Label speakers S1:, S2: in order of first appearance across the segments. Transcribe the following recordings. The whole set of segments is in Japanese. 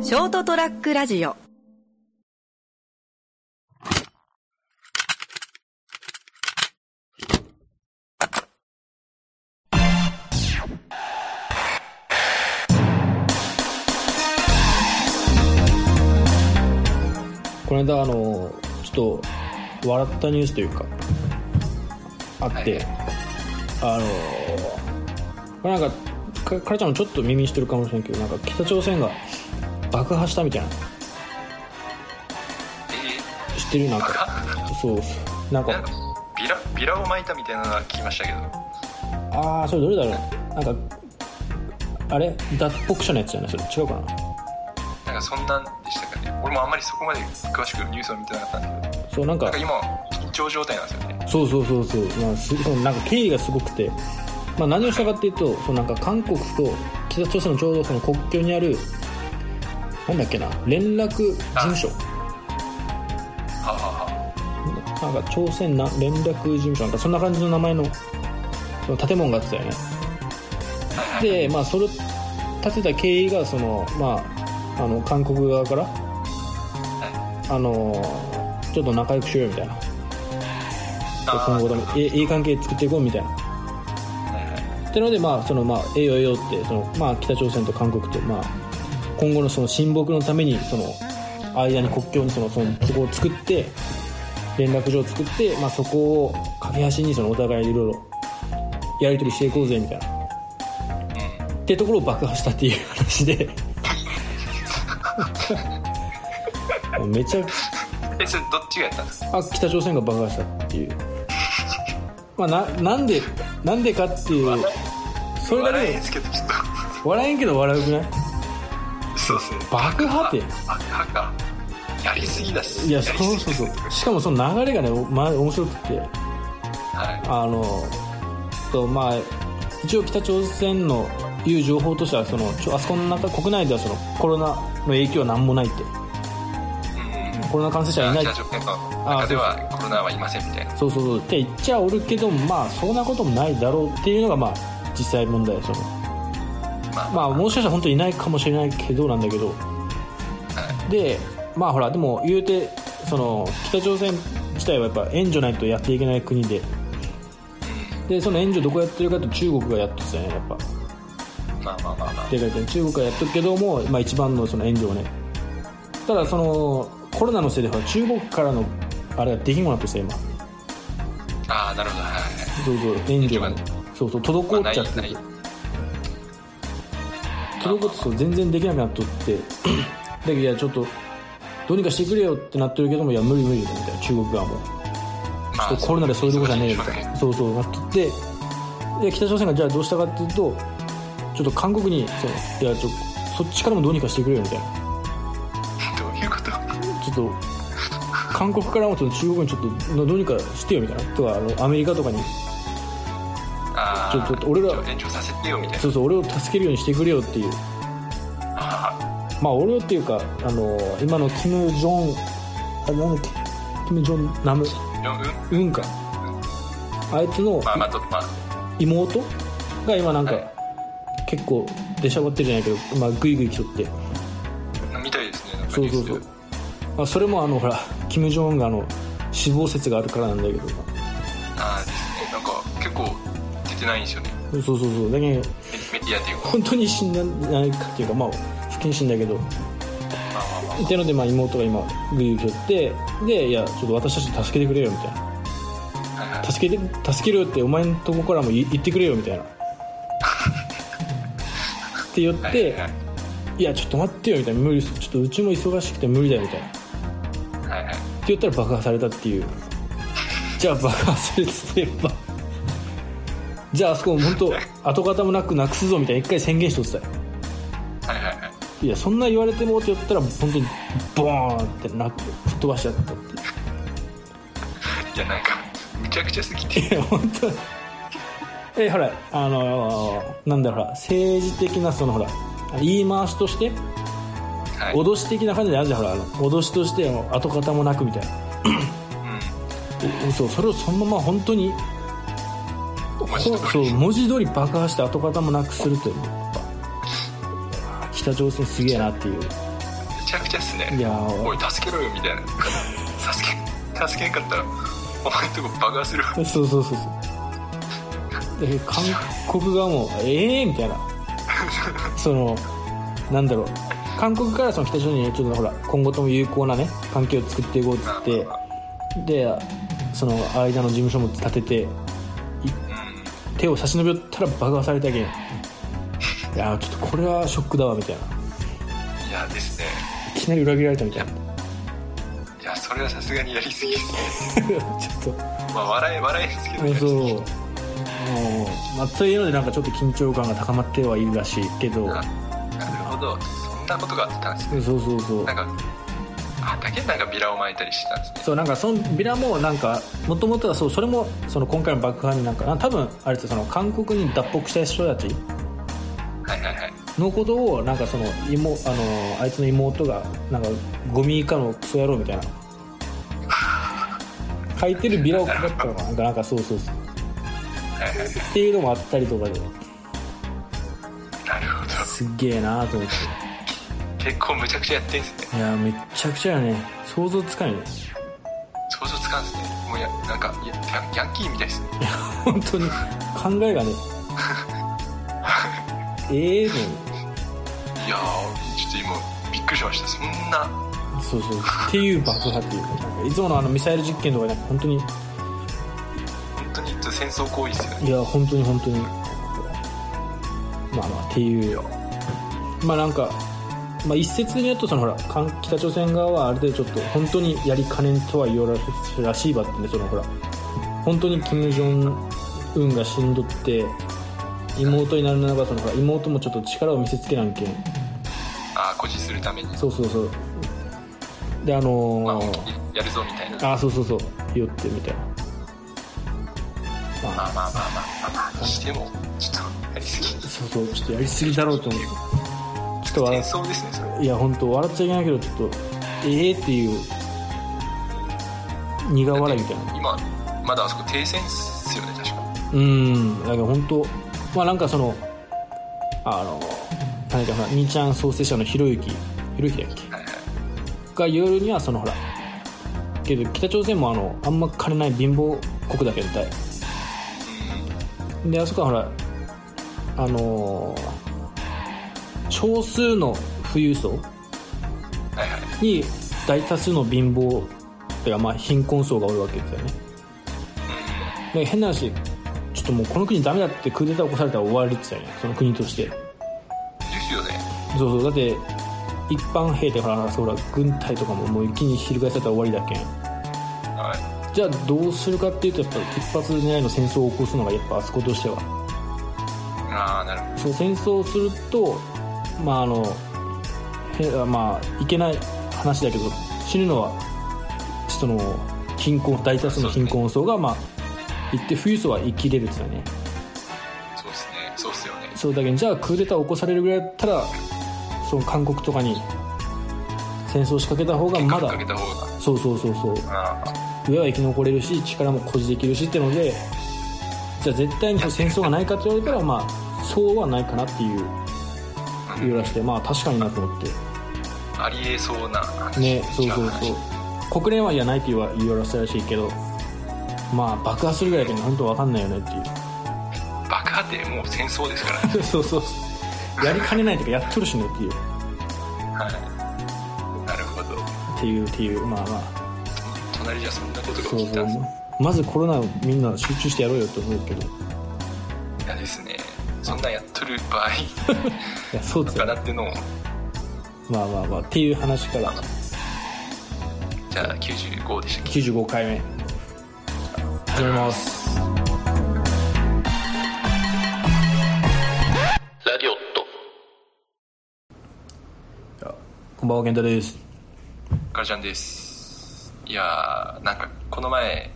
S1: ショートトラックラジオ
S2: この間あのちょっと笑ったニュースというかあって、あのこれなんかかかれちゃんもちょっと耳にしてるかもしれないけどなんか北朝鮮が爆破したみたいな知ってるなんかそうそうなん
S3: なん
S2: か
S3: かビラビラを巻いたみたいなのは聞きましたけど
S2: ああそれどれだろうなんかあれ脱北者のやつじゃないそれ違うかな
S3: なんかそんなんでしたかね俺もあんまりそこまで詳しくニュースを見てなかったんですけど
S2: そうなん
S3: な
S2: か
S3: んか今緊張状態なんですよね
S2: そうそうそうそう、まあ、すそのなんか経緯がすごくて、まあ、何をしたかっていうとそのなんか韓国と北朝鮮のちょうどその国境にあるなんだっけな連絡事務所
S3: はあは
S2: なんか朝鮮な連絡事務所なんかそんな感じの名前のその建物があってたよねでまあそれ建てた経緯がそのまああの韓国側からあのちょっと仲良くしようよみたいなで
S3: あはあ
S2: 今後
S3: は
S2: でもええいい関係作っていこうみたいな
S3: あはいはい
S2: ってのでまあそのまあええよええよってそのまあ北朝鮮と韓国とまあ今後のその親睦のためにその間に国境にそのそのそこを作って連絡所を作ってまあそこを架け橋にそのお互いいろいろやり取りしていこうぜみたいなってところを爆破したっていう話 でもうめちゃ
S3: うんえそれどっちがやったんですか
S2: あ北朝鮮が爆破したっていうまあななんでなんでかっていうそれだ
S3: 笑え
S2: け
S3: ん
S2: で
S3: ですけどちょっ
S2: 笑えんけど笑うくない
S3: とそうですね
S2: 爆破って
S3: 爆破かやりすぎだし
S2: いや
S3: りす
S2: そう
S3: ぎです
S2: そうそうしかもその流れがね、おま、面白くて
S3: はい
S2: あのとまあ一応北朝鮮のいう情報としてはそのちょあそこの中国内ではそのコロナの影響は何もないって
S3: うん
S2: コロナ感染者はい
S3: うん
S2: ない
S3: 北朝鮮の中ではコロナはいませんみたいな
S2: そうそうそうって言っちゃおるけどまあそんなこともないだろうっていうのがまあ実際問題その
S3: まあ
S2: まあもしかしたら本当にいないかもしれないけどなんだけどでまあほらでも言うてその北朝鮮自体はやっぱ援助ないとやっていけない国ででその援助どこやってるかって中国がやっとったよねやっぱ
S3: まあまあまあまあ
S2: でかいけど中国がやっとくけども、まあ、一番のその援助をねただそのコロナのせいでほら中国からのあれができんもなってさ今
S3: ああなるほどはいはいはい
S2: そうそう援助がね
S3: 援助
S2: そうそう滞っちゃっ
S3: まあな
S2: て
S3: いない
S2: 届くことそう全然できなくなっとってだけどいやちょっとどうにかしてくれよってなってるけどもいや無理無理だみたいな中国側も
S3: ま
S2: ちょっとコロナでそういうとこじゃねえよみたいなそうそうなっとってで北朝鮮がじゃあどうしたかっていうとちょっと韓国にそのいやちょそっちからもどうにかしてくれよみたいな
S3: どういうこと
S2: ちょっと韓国からもちょっと中国にちょっとどうにかしてよみたいなとかあのアメリカとかに
S3: あ
S2: ちょちょっと俺ら
S3: ら延長させてよみたい
S2: そうそう俺を助けるようにしてくれよっていう
S3: なあ
S2: まあ俺をっていうかあの今のキム・ジョンあれなんだっけキム・ジョンナム
S3: ーうんう
S2: ウ
S3: ん
S2: ンかあいつの
S3: まあまあとまあ
S2: 妹が今なん
S3: は
S2: か
S3: い
S2: 結構出しゃばってるじゃないけど、まあ、グイグイ来とって
S3: みたいですねなんか
S2: そ
S3: ニ
S2: う
S3: ュ
S2: そ
S3: ー
S2: う
S3: ス
S2: そう、まあ、それもあのほらキム・ジョンがあの死亡説があるからなんだけど
S3: ああですねなんか結構出てないんですよね
S2: そうそうそうだけど
S3: メメディアっていうか
S2: 本当に死んだんじゃないかっていうかまあ不謹慎だけど
S3: まあまあまあ
S2: ってのでまあ妹が今グイグイ来とってでいやちょっと私たち助けてくれよみたいな
S3: はいはい
S2: 助けて助けるよってお前のとこからもい言ってくれよみたいなって言って、
S3: はいいはい
S2: やちょっと待ってよみたいな無理ですちょっとうちも忙しくて無理だよみたいなって
S3: はいはい
S2: 言ったら爆破されたっていうじゃあ爆破されてればじゃああそこ本当跡形もなくなくすぞみたいな一回宣言しとってたよ
S3: はいはいはい
S2: いやそんな言われてもって言ったら本当にボーンってなく吹っ飛ばしちゃったって
S3: いやなんかむちゃくちゃすぎて
S2: いや本当にえほらあのーなんだろうほら政治的なそのほら言い回しとして
S3: はいうん
S2: 脅し的な感じであるじゃんほらあの脅しとしても跡形もなくみたいなおそうそれをそのまま本当に
S3: 文字通り
S2: ほそう文字通り爆破して跡形もなくするというやっぱ北朝鮮すげえなっていう
S3: ちゃくちゃっすね
S2: いやー
S3: おい助けろよみたいな助け助けんかったらお前んとこ爆破するわ
S2: そうそうそうそうで韓国側も「ええー!」みたいなそのなんだろう韓国からその北朝鮮にちょっとほら今後とも有効なね関係を作っていこうっつってでその間の事務所も立てて
S3: うん
S2: 手を差し伸べよったら爆破されたけんいやーちょっとこれはショックだわみたいない
S3: やですね
S2: いきなり裏切られたみたいな
S3: いやそれはさすがにやりすぎですね
S2: ちょっと
S3: まあ笑え笑えんですけ
S2: そ
S3: ど
S2: う
S3: ね
S2: そうもう、まあ、そういうのでなんかちょっと緊張感が高まってはいるらしいけど
S3: あなるほどそんなことがあったんですね
S2: そうそうそう
S3: なんかあだけなんかビラを巻いたりしてたんですね
S2: そうなんかそのビラもなんかもともとはそうそれもその今回の爆破になんかな多分あれってその韓国に脱北した人たち
S3: はいはいはい
S2: のことをなんかその妹あのあいつの妹がなんかゴミ以下のクソ野郎みたいな書いてるビラをかかったのかななんかなんかそうそうそう
S3: はいはい
S2: っていうのもあったりとかで
S3: なるほど
S2: すっげえなと思っ
S3: 結構むちゃくちゃやってんですね
S2: ていやーめっちゃくちゃやね想像つかないね
S3: 想像つかんですねもうやなんかやヤンヤンキーみたいですね
S2: 本当に考えがねええ
S3: いやーちょっと今びっくりしましたそんな
S2: のそうそうっていう爆破っていうかなんかいつものあのミサイル実験とかね本当にい
S3: 本当に戦争行為です
S2: や
S3: よね
S2: 本当に本当にまあまあっていうまあなんか、まあ、一説に言うとそのほら韓北朝鮮側はある程度ちょっと本当にやりかねんとは言われるらしいばってねそのほら本当に金正恩が死んどって妹になるならばそのほら妹もちょっと力を見せつけなんけん
S3: ああ誇示するために
S2: そうそうそうであ
S3: まあ
S2: の
S3: 本
S2: ー
S3: 気でやるぞみたいな
S2: あそうそうそう酔ってみたいなま
S3: まあ
S2: あ
S3: まあまあまあまあまあにしてもちょっとやりすぎ
S2: そうそうちょっとやりすぎだろうと思ってちょっと
S3: 戦
S2: 笑
S3: 争ですねそれ
S2: いや本当笑っちゃいけないけどちょっとええっていう苦笑いみたいな
S3: 今まだあそこ停戦っすよね確か
S2: うんだけど本当まあなんかそのあの何かほら兄ちゃん創設者のひろゆきひろゆきだっけ
S3: はいはい
S2: が夜にはそのほらけど北朝鮮もあのあんま金ない貧乏国だけど大であそこはほらあのー少数の富裕層
S3: うんはいはい
S2: に大多数の貧乏てかまあ貧困層がおるわけですよねで変な話ちょっともうこの国ダメだってクーデター起こされたら終わりって言ってたよねその国として
S3: ですよね
S2: そうそうだって一般兵でほらそうほら軍隊とかももう一気に翻されたら終わりだけん
S3: は
S2: じゃあどうするかっていうとやっぱ一発狙いの戦争を起こすのがやっぱあそことしてはい
S3: ああなるほ
S2: そう戦争をするとまああのへまあいけない話だけど死ぬのはその貧困大多数の貧困層がまあ言って富裕層は生きれるんですよね
S3: どそうですねそうっすよね
S2: そうだけどじゃあクーデター起こされるぐらいだったらその韓国とかに戦争を仕掛けた方がまだ
S3: かけた方が
S2: そうそうそうそう
S3: ああ
S2: 上は生き残れるし力も誇示できるしってのでじゃあ絶対にその戦争がないかって言われたらまあそうはないかなっていう言うらしてまあ確かになと思って
S3: ありえそうな話
S2: ねそうそう
S3: 違話
S2: そう国連はいやないって言わ言わせたらしいけどまあ爆破するぐらいだけど本当わかんないよねって
S3: 爆破ってもう戦争ですからね
S2: いう そうそうそうやりかねないとかやっとるしねっていう
S3: はいなるほど
S2: っていうっていうまあまあ
S3: 隣じゃそんなことが
S2: そう
S3: 起き
S2: そ
S3: た
S2: うん
S3: です
S2: まずコロナみんな集中してやろうよって思うけどい
S3: いやですねそんなんやっとる場
S2: やそうで
S3: 合
S2: す
S3: か
S2: よ
S3: なってのを
S2: まあまあまあっていう話から
S3: じゃあ95でしたっけ
S2: 95回目始めます
S3: ラディオット
S2: こんばんは健太です
S3: カルちゃんですいやーなんかこの前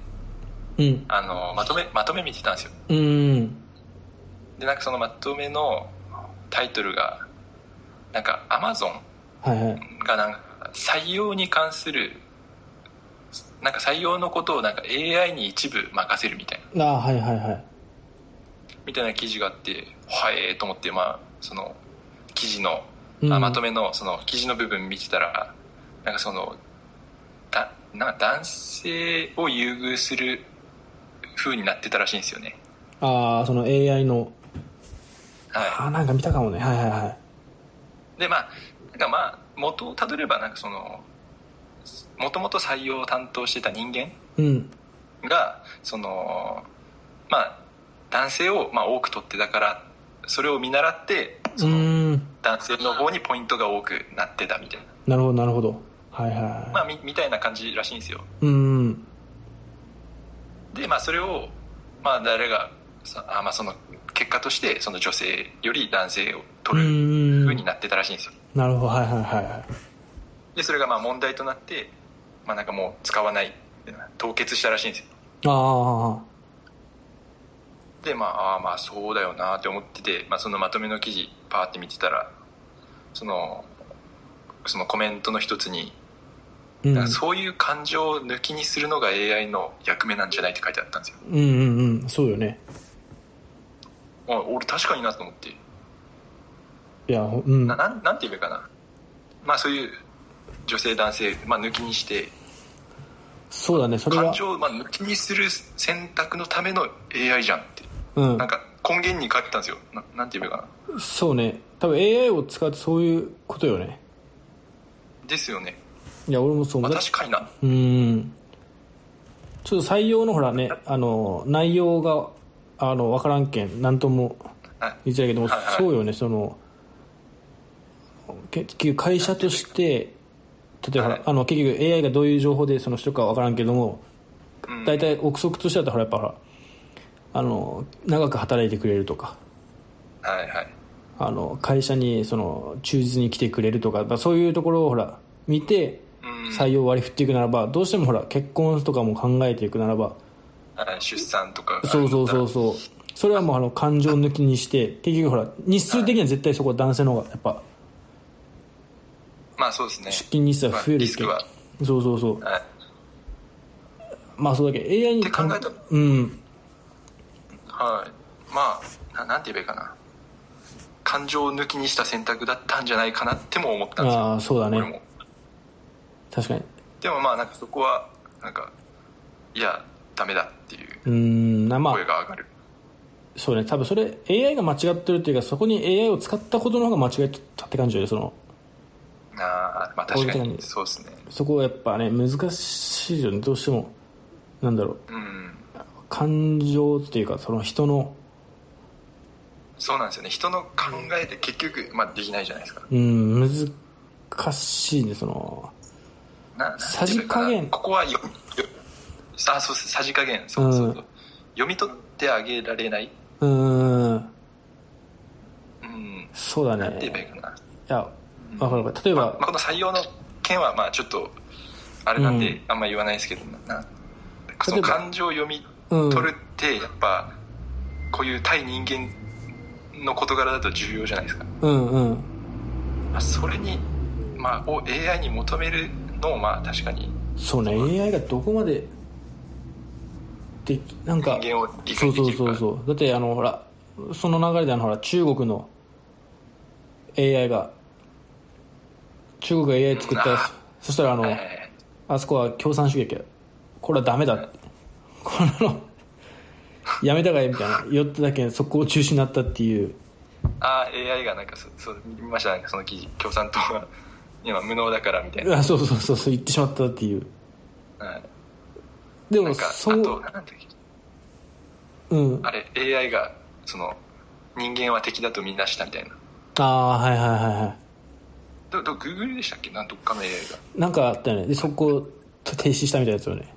S2: うん
S3: あのまとめまとめ見てたんですよ
S2: うん
S3: でなんかそのまとめのタイトルがなんかアマゾン
S2: はいはい
S3: がなんか採用に関するなんか採用のことをなんか AI に一部任せるみたいな
S2: ああはいはいはい
S3: みたいな記事があってはえーと思ってまあその記事の
S2: うん
S3: あまとめのその記事の部分見てたらなんかそのだな男性を優遇する風になってたらしいんですよね
S2: ああ、その AI の、
S3: は
S2: ああ、なんか見たかもね。はいはいはい。
S3: いでまあなんかまあ元をたどればなんかそのもともと採用を担当してた人間
S2: うん。
S3: がそのまあ男性をまあ多く取ってたからそれを見習って
S2: う
S3: その
S2: ーん。
S3: 男性の方にポイントが多くなってたみたい
S2: なるほど、なるほど。はいはい
S3: な、ま
S2: は
S3: あ、みみたいな感じらしいんですよ
S2: い。うん。
S3: でまあそれをまあ誰がさあ、まあ、その結果としてその女性より男性を
S2: う
S3: 取る
S2: ん。
S3: 風になってたらしいんですよ
S2: なるほど、はいはいはいはい。
S3: でそれがまあ問題となってまあなんかもう使わない凍結したらしいんですよ
S2: ああ、
S3: でまあああまあそうだよなって思ってて、まあ、そのまとめの記事パーって見てたらそのそのコメントの一つに、
S2: うん。
S3: なんかそういう感情を抜きにするのが AI の役目なんじゃないって書いてあったんですよ
S2: うんうんうん。そうよね。
S3: あ俺確かになと思って
S2: いや、ほうん
S3: な。なんなんて言えばいいかなまあそういう女性男性、まあ、抜きにして
S2: そうだね、それ
S3: 感
S2: は。
S3: 情をまあ抜きにする選択のための AI じゃんって
S2: うん
S3: なん。か根源に書いてたんですよななんて言えばいいか
S2: そうね。多分 AI を使ってそういうことよね。
S3: なですよね、
S2: いや、俺もそう
S3: ま
S2: 思
S3: あ、
S2: う。
S3: 確かにな
S2: うん。ちょっと採用のほらね、あの、内容が、あの、わからんけん、なんとも
S3: はい
S2: 言ってたけども、
S3: はいはい
S2: そうよね、その、結局会社として、例えば、
S3: はい
S2: あの、結局 AI がどういう情報でその人かわからんけども、
S3: うん
S2: 大体憶測としてはほらやっぱほらあの長く働いてくれるとか
S3: はいはい
S2: あの会社にその忠実に来てくれるとか、まあ、そういうところをほら見て
S3: うん
S2: 採用を割り振っていくならばどうしてもほら結婚とかも考えていくならば
S3: はい出産とか
S2: そうそうそうそうそれはもうあの感情抜きにして結局ほら日数的には絶対そこは男性の方がやっぱ
S3: まあそうですね
S2: 出勤日数は増えるけん
S3: まあリ
S2: そうそうそう
S3: はい
S2: まあそうだけど AI に
S3: って考えたら
S2: うん
S3: はいまあななんて言えばいいかな感情を抜きにした選択だったんじゃないかなっても思ったんですよ
S2: ああそうだ
S3: 俺
S2: ね
S3: も
S2: 確かに
S3: でもまあなんかそこはなんかいやダメだってい
S2: う
S3: う
S2: んなまあ
S3: 声が上がる、
S2: そうね多分それ AI が間違ってるっていうかそこに AI を使ったことの方が間違えたって感じよねその
S3: あーまあ
S2: 俺
S3: 確かに
S2: 的に
S3: そうですね
S2: そこはやっぱね難しいよねどうしてもなんだろう
S3: うん
S2: 感情っていうかその人の
S3: そうなんですよね人の考えで結局、まあ、できないじゃないですか
S2: うん難しいねその
S3: な
S2: さじ加減
S3: ここはよよあそうですさじ加減そうそうそう、読み取ってあげられない
S2: うん
S3: うん
S2: そうだ
S3: なんて言えばいい
S2: ね
S3: かな、
S2: いやわかるわかる例えば
S3: まあ、この採用の件はまあちょっとあれなん
S2: う
S3: で
S2: ん
S3: あんま言わないですけど、なその感情を読み
S2: うん
S3: 取るってやっぱこういう対人間の事柄だと重要じゃないですか、
S2: うんうん
S3: まあ、それに、まあ、を AI に求めるのをまあ確かに
S2: そうね AI がどこまでできなんか
S3: 人間を理
S2: そ
S3: 解
S2: う
S3: で
S2: そ
S3: き
S2: う
S3: るか
S2: そうそうだってあのほらその流れであのほら中国の AI が中国が AI 作ったや
S3: うん
S2: つ
S3: あ
S2: そしたらあの、
S3: はいはいはい
S2: あそこは共産主義やけこれはダメだってこんなのやめたがいいみたいな寄ってたけんそこを中止になったっていう
S3: ああ AI がなんかそそう見ましたなんかその記事共産党が今無能だからみたいな、
S2: あそうそうそうそう言ってしまったっていう
S3: はい
S2: で
S3: な
S2: も
S3: んか
S2: そ
S3: あと
S2: う
S3: なんだっけ
S2: うん
S3: あれ AI がその人間は敵だとみなしたみたいな
S2: ああはいはいはいは
S3: どどグーグルでしたっけなんどっかの AI
S2: いなんかあったよねでそこを停止したみたいなやつよね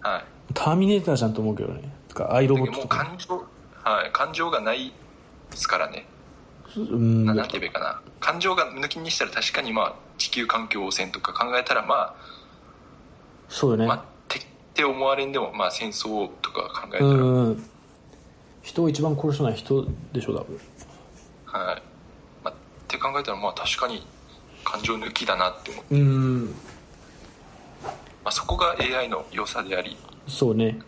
S3: がはい
S2: ターミネーターじゃんと思うけどねとかアイロボット
S3: もう
S2: とか
S3: 感情はい感情がないですからね
S2: うん
S3: ななんて言えばいいかな感情が抜きにしたら確かにまあ地球環境汚染とか考えたらま
S2: そうよね、
S3: あ、まあ、敵って思われんでもまあ戦争とか考えた
S2: う
S3: ら、
S2: んうん人を一番殺したのは人でしょ多分
S3: はい、まあ、って考えたらまあ確かに感情抜きだなって思う、
S2: うん
S3: まあ、そこが AI の良さであり
S2: そうね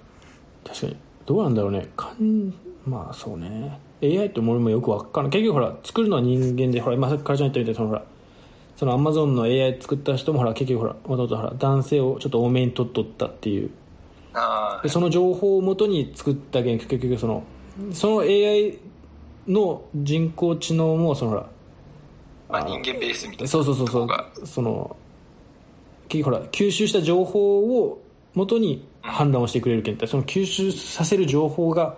S2: 確かにどうなんだろうねかんまあそうね AI って俺もよくわかんない結局ほら作るのは人間でほら今さっきからちゃん言ったみたいにそのほらその Amazon の AI 作った人もほら結局ほらもともとほら男性をちょっと多めに取っとったっていう
S3: あ
S2: でその情報をもとに作った原曲結局そのその AI の人工知能もそのほら
S3: あ、まあ、人間ベースみたいな
S2: そうそうそうそ
S3: とこが
S2: うその結局ほら吸収した情報を元に判断をしてくれるけんってその吸収させる情報が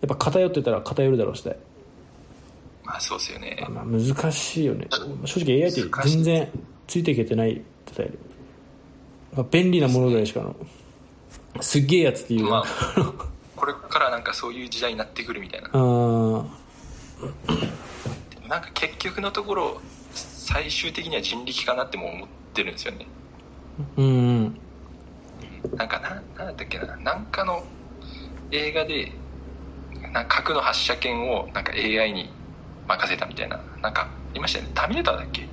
S2: やっぱ偏ってたら偏るだろうしね
S3: まあそうですよね
S2: まあ、難しいよね正直 AI って全然ついていけてないってタイルまあ便利なものぐらいしかあのすっげえやつっていう、
S3: ま
S2: あ
S3: あこれからなんかそういう時代になってくるみたいな
S2: ー
S3: なんか結局のところ最終的には人力かなっても思ってるんですよね
S2: うんうん
S3: なんかななんだっけななんかの映画でなんか核の発射権をなんか AI に任せたみたいななんかいましたよねターミネーターだっけ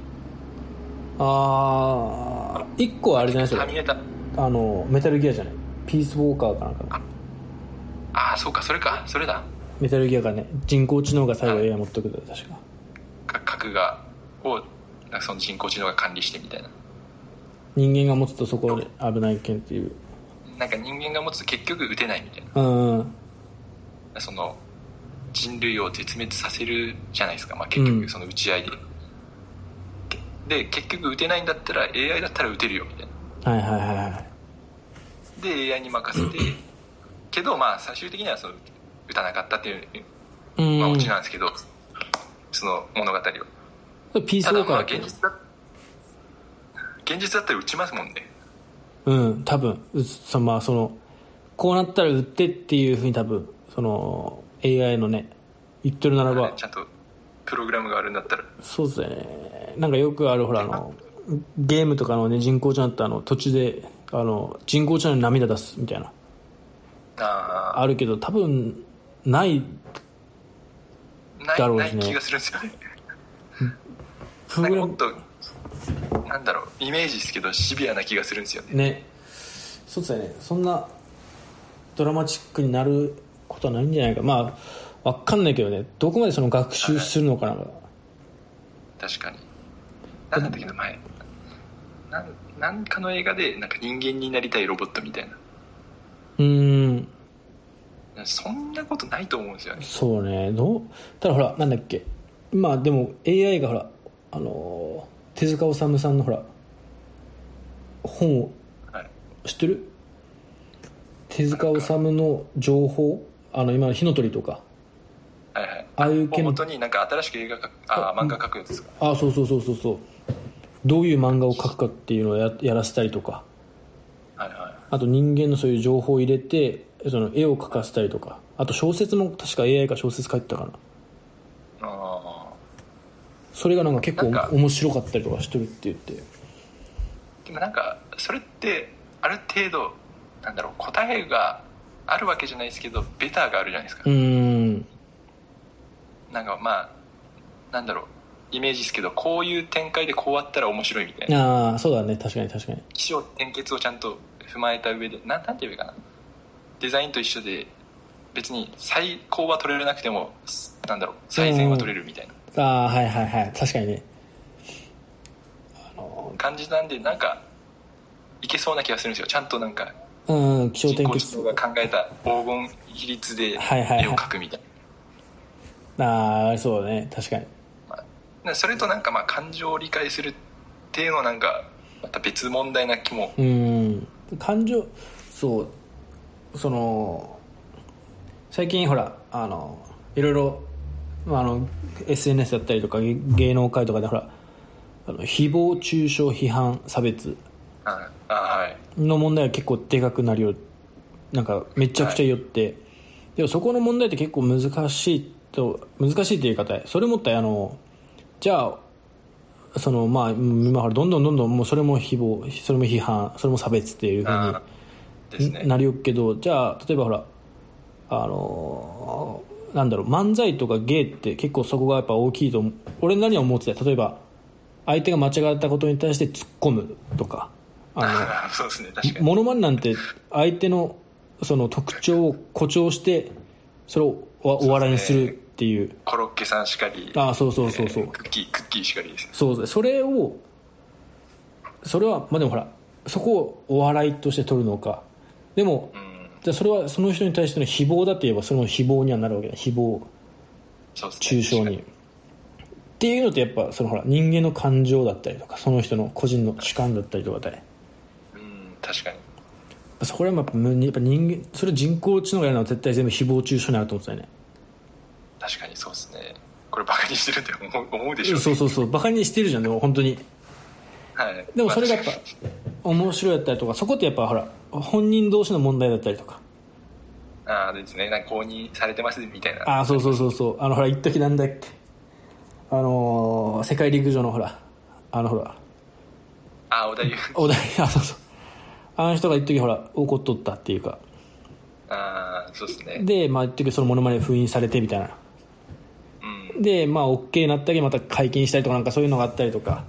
S2: ああ一個はあれじゃない
S3: タ
S2: ですか
S3: ーミネーター
S2: あのメタルギアじゃないピースウォーカーかなんかの
S3: ああそうかそれかそれだ
S2: メタルギアがね人工知能が最後 AI 持ってくるんだよ確か
S3: か核がをなんかその人工知能が管理してみたいな
S2: 人間が持つとそこで危ないけんっていう
S3: なんか人間が持つと結局撃てないみたい
S2: うんうん
S3: なその人類を絶滅させるじゃないですか、まあ、結局その打ち合いで、で結局撃てないんだったら AI だったら撃てるよみたいな
S2: はいはいはいはい
S3: で AI に任せてけどまあ最終的にはその打たなかったっていう、
S2: うん
S3: まあ、オチなんですけど、その物語を
S2: ピース
S3: た
S2: ウォー
S3: だ
S2: カ
S3: まあ
S2: ー
S3: 現実だ現実だったら打ちますもんね
S2: うん多分うそまあそのこうなったら売ってっていうふうに多分その AI のね言ってるならば
S3: ちゃんとプログラムがあるんだったら
S2: そうですよねなんかよくあるほらあのゲームとかのね人工知能ってあの途中であの人工知能に涙出すみたいな
S3: あ
S2: あるけど多分ない
S3: あな
S2: だ
S3: い
S2: ろう
S3: な
S2: しね
S3: い気がするんですよね
S2: プ
S3: な
S2: ロ
S3: ん
S2: グ
S3: か
S2: ラ
S3: もっ
S2: ム
S3: となんだろうイメージですけどシビアな気がするんですよね
S2: ねそうですよねそんなドラマチックになることはないんじゃないかまあわかんないけどねどこまでその学習するのかな
S3: 確かになんだったっけな前なんなんかの映画でなんか人間になりたいロボットみたいな
S2: うーん
S3: そんなことないと思うんですよね。
S2: そうねどうただほらなんだっけまあでも AI がほらあのー手塚治虫さんのほら本を
S3: はい。
S2: 知ってる手塚治虫の情報あの今の火の鳥とか
S3: はいはい。
S2: ああいう
S3: もう
S2: 系の
S3: 元になんか新しく映画か、あー漫画描くやつですか。
S2: あそうそうそうそうそうどういう漫画を描くかっていうのをややらせたりとか
S3: はいはい。
S2: あと人間のそういう情報を入れてその絵を描かせたりとかあと小説も確か AI が小説書いてたかな
S3: あ
S2: それがなんか結構
S3: なんか
S2: 面白かったりとかしてるって言って
S3: ーでもなんか、それって、ある程度、なんだろう、答えがあるわけじゃないですけど、ベターがあるじゃないですか
S2: う。ーん
S3: なんかまあ、なんだろう、イメージですけど、こういう展開でこうあったら面白いみたいな。
S2: ああそうだね確かに確かに
S3: 起承転結をちゃんと踏まえた上で、なん、なんて言えばいいかな。デザインと一緒で、別に最高は取れなくても、なんだろう、最善は取れるみたいな。
S2: ああはいはいはい確かにねあの
S3: 感じなんでなんかいけそうな気がするんですよちゃんとなんか
S2: うん気象
S3: 人
S2: 転
S3: 工知
S2: 結
S3: 能が考えた黄金比率で
S2: はいはいはい
S3: 絵を描くみたいな、
S2: ああそうだね確かに
S3: なそれとなんかまあ感情を理解するっていうのはなんかまた別問題な気も
S2: うん感情そうその最近ほらあのいろいろまああの SNS だったりとか芸芸能界とかでほらあの誹謗中傷批判差別
S3: ああはい
S2: の問題は結構でかくなるよなんかめちゃくちゃよって、でもそこの問題って結構難しいと難しいって言い方やそれもってあのじゃあそのまあ今からどんどんどんどんもうそれも誹謗それも批判それも差別っていうふうに
S3: あーですね
S2: なりよっけどじゃあ例えばほらあのーなんだろう漫才とか芸って結構そこがやっぱ大きいと思う俺何は思ってた例えば相手が間違ったことに対して突っ込むとかあ
S3: あー そうですね確か
S2: の
S3: に
S2: モノマネなんて相手のその特徴を誇張してそれをおお笑いにするっっていう
S3: コロッケさんしかり
S2: ああそうそうそうそう、
S3: えークッキークッキーしかりです
S2: そうそれをそれはまあでもほらそこをお笑いとして取るのかでも
S3: うん
S2: じゃあそれはその人に対しての誹謗だといえばそれも誹謗にはなるわけだ誹謗
S3: そうですね
S2: 中傷にっていうのってやっぱそのほら人間の感情だったりとかその人の個人の主観だったりとかだね
S3: 確かにうん確かに
S2: そこら辺もやっぱむやっぱ人間それ人工知能がやるのは絶対全部誹謗中傷になると思ってたよね
S3: 確かにそうですねこれバカにしてるって思う思うでしょ
S2: そうそうそうバカにしてるじゃんでも本当に
S3: はい、
S2: でもそれがや
S3: ま
S2: っ
S3: あ
S2: ぱ
S3: 確か
S2: 面白いだったりとかそこってやっぱほら本人同士の問題だったりとか
S3: にああですねなんか公認されてますみたいな
S2: ああそうそうそうそうあのほら一時なんだっけあのー世界陸上のほらあのほら
S3: ああ小田優
S2: お題 あそうそうあの人が一時ほら怒っとったっていうか
S3: ああそうですね
S2: でまあ一時そのモノマネ封印されてみたいな
S3: うん
S2: でまあ OK になったりまた解禁したりとかなんかそういうのがあったりとか、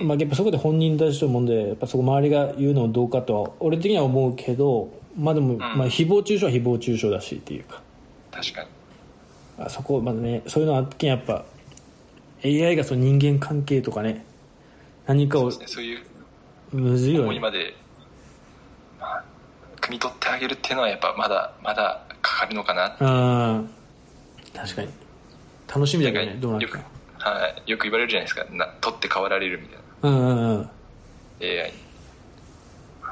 S3: うん
S2: まあ、やっぱそこで本人たちと思うんでやっぱそこ周りが言うのもどうかとは俺的には思うけどまあでも、まあ誹謗中傷は誹謗中傷だしっていうか
S3: 確かに
S2: あそこまあねそういうのはあってやっぱ AI がその人間関係とかね何か
S3: そう
S2: を
S3: ですねそういう
S2: むずいよ
S3: 思い
S2: ね
S3: まで、まあ、汲み取ってあげるっていうのはやっぱまだまだかかるのかな
S2: うん確かに楽しみだけどね
S3: なんか
S2: どうなる
S3: よ
S2: か
S3: くはいよく言われるじゃないですかな取って代わられるみたいな
S2: うんうんうん
S3: AI に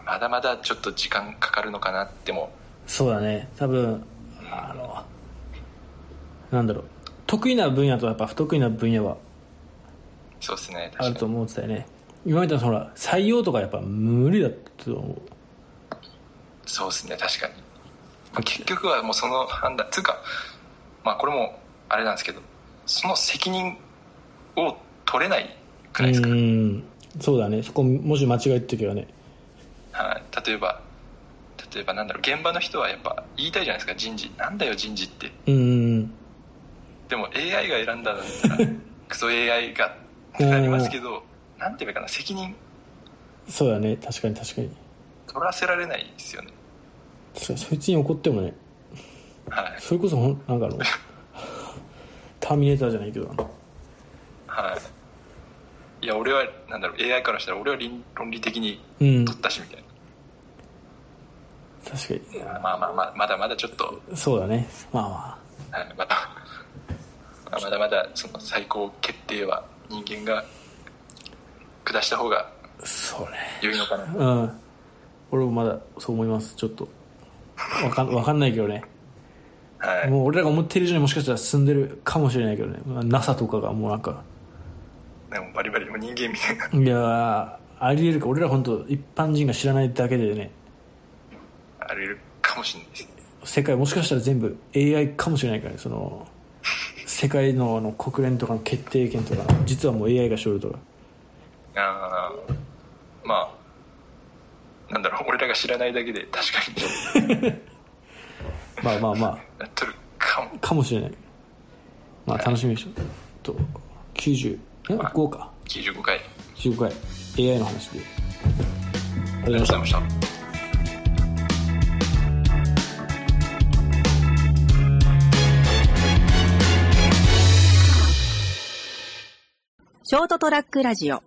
S3: まだまだちょっと時間かかるのかなっても
S2: そうだね多分あのなんだろう得意な分野とやっぱ不得意な分野は
S3: そうですね
S2: ある
S3: 確か
S2: と
S3: に
S2: 思ってたよね今言ったほら採用とかやっぱ無理だと思う
S3: そうですね確かに、まあ結局はもうその判断つうかまあこれもあれなんですけどその責任を取れないくらいですか、
S2: うんそうだねそこもし間違えた時はね
S3: はい、例えば例えばなんだろう現場の人はやっぱ言いたいじゃないですか人事なんだよ人事って
S2: うんうん
S3: でも AI が選んだらクソ AI がってなりますけどなんて言えばいいかな責任
S2: そうだね確かに確かに
S3: 取らせられないですよね
S2: そそいつに怒ってもね
S3: はい
S2: それこそほんなんかあの ターミネーターじゃないけど
S3: はいいや俺はなんだろう AI からしたら俺は倫論理的に
S2: うん
S3: 取ったしみたい
S2: 確かに
S3: な、まあまあまあまだまだちょっと、
S2: そうだねまあま
S3: はい、まだ まあまだまだその最高決定は人間が下した方が
S2: あそうね
S3: 良いのかな
S2: うん俺もまだそう思いますちょっとわかんわかんないけどね
S3: はい
S2: もう俺らが思ってる以上にもしかしたら進んでるかもしれないけどねまあ NASA とかがもうなんか
S3: でもバリバリもう人間みたいない
S2: やーありえるか俺ら本当一般人が知らないだけでね
S3: あれるかもしれないです
S2: 世界もしかしたら全部 AI かもしれないからねその世界のあの国連とかの決定権とか実はもう AI がしょるとか
S3: あーまあなんだろう俺らが知らないだけで確かに
S2: まあまあまあ
S3: やっとるかも
S2: かもしれないまあ楽しみでしょと90え5か
S3: 95回あり
S2: 15回 AI の話でありがとうござい
S3: がとう
S2: ま
S3: ご
S2: した
S3: ざいました
S1: ショートトラックラジオ